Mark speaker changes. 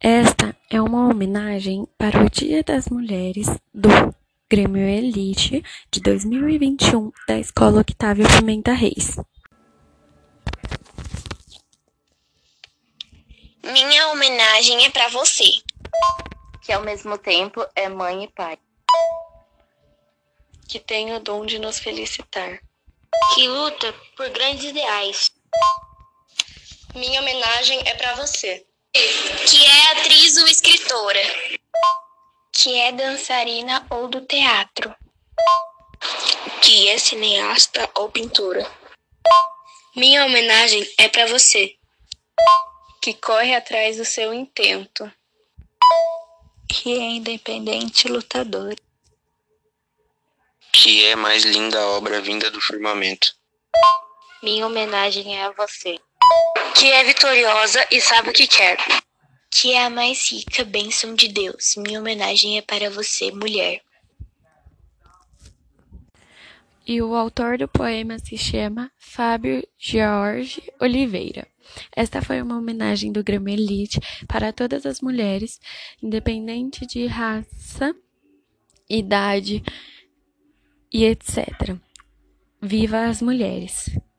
Speaker 1: Esta é uma homenagem para o Dia das Mulheres do Grêmio Elite de dois mil e vinte e um da Escola Octávio Pimenta Reis.
Speaker 2: Minha homenagem é para você,
Speaker 3: que ao mesmo tempo é mãe e pai,
Speaker 4: que tem o dom de nos felicitar,
Speaker 5: que luta por grandes ideais.
Speaker 6: Minha homenagem é para você,
Speaker 7: que é atriz ou escritora,
Speaker 8: que é dançarina ou do teatro,
Speaker 9: que é cineasta ou pintora.
Speaker 10: Minha homenagem é para você,
Speaker 11: que corre atrás do seu intento
Speaker 12: que é independente lutadora.
Speaker 13: Que é mais linda obra vinda do firmamento.
Speaker 14: Minha homenagem é a você.
Speaker 15: Que é vitoriosa e sabe o que quer.
Speaker 16: Que é a mais rica bênção de Deus. Minha homenagem é para você, mulher.
Speaker 1: E o autor do poema se chama Fábio George Oliveira. Esta foi uma homenagem do Grêmio Elite para todas as mulheres, independente de raça, idade e etc. Viva as mulheres!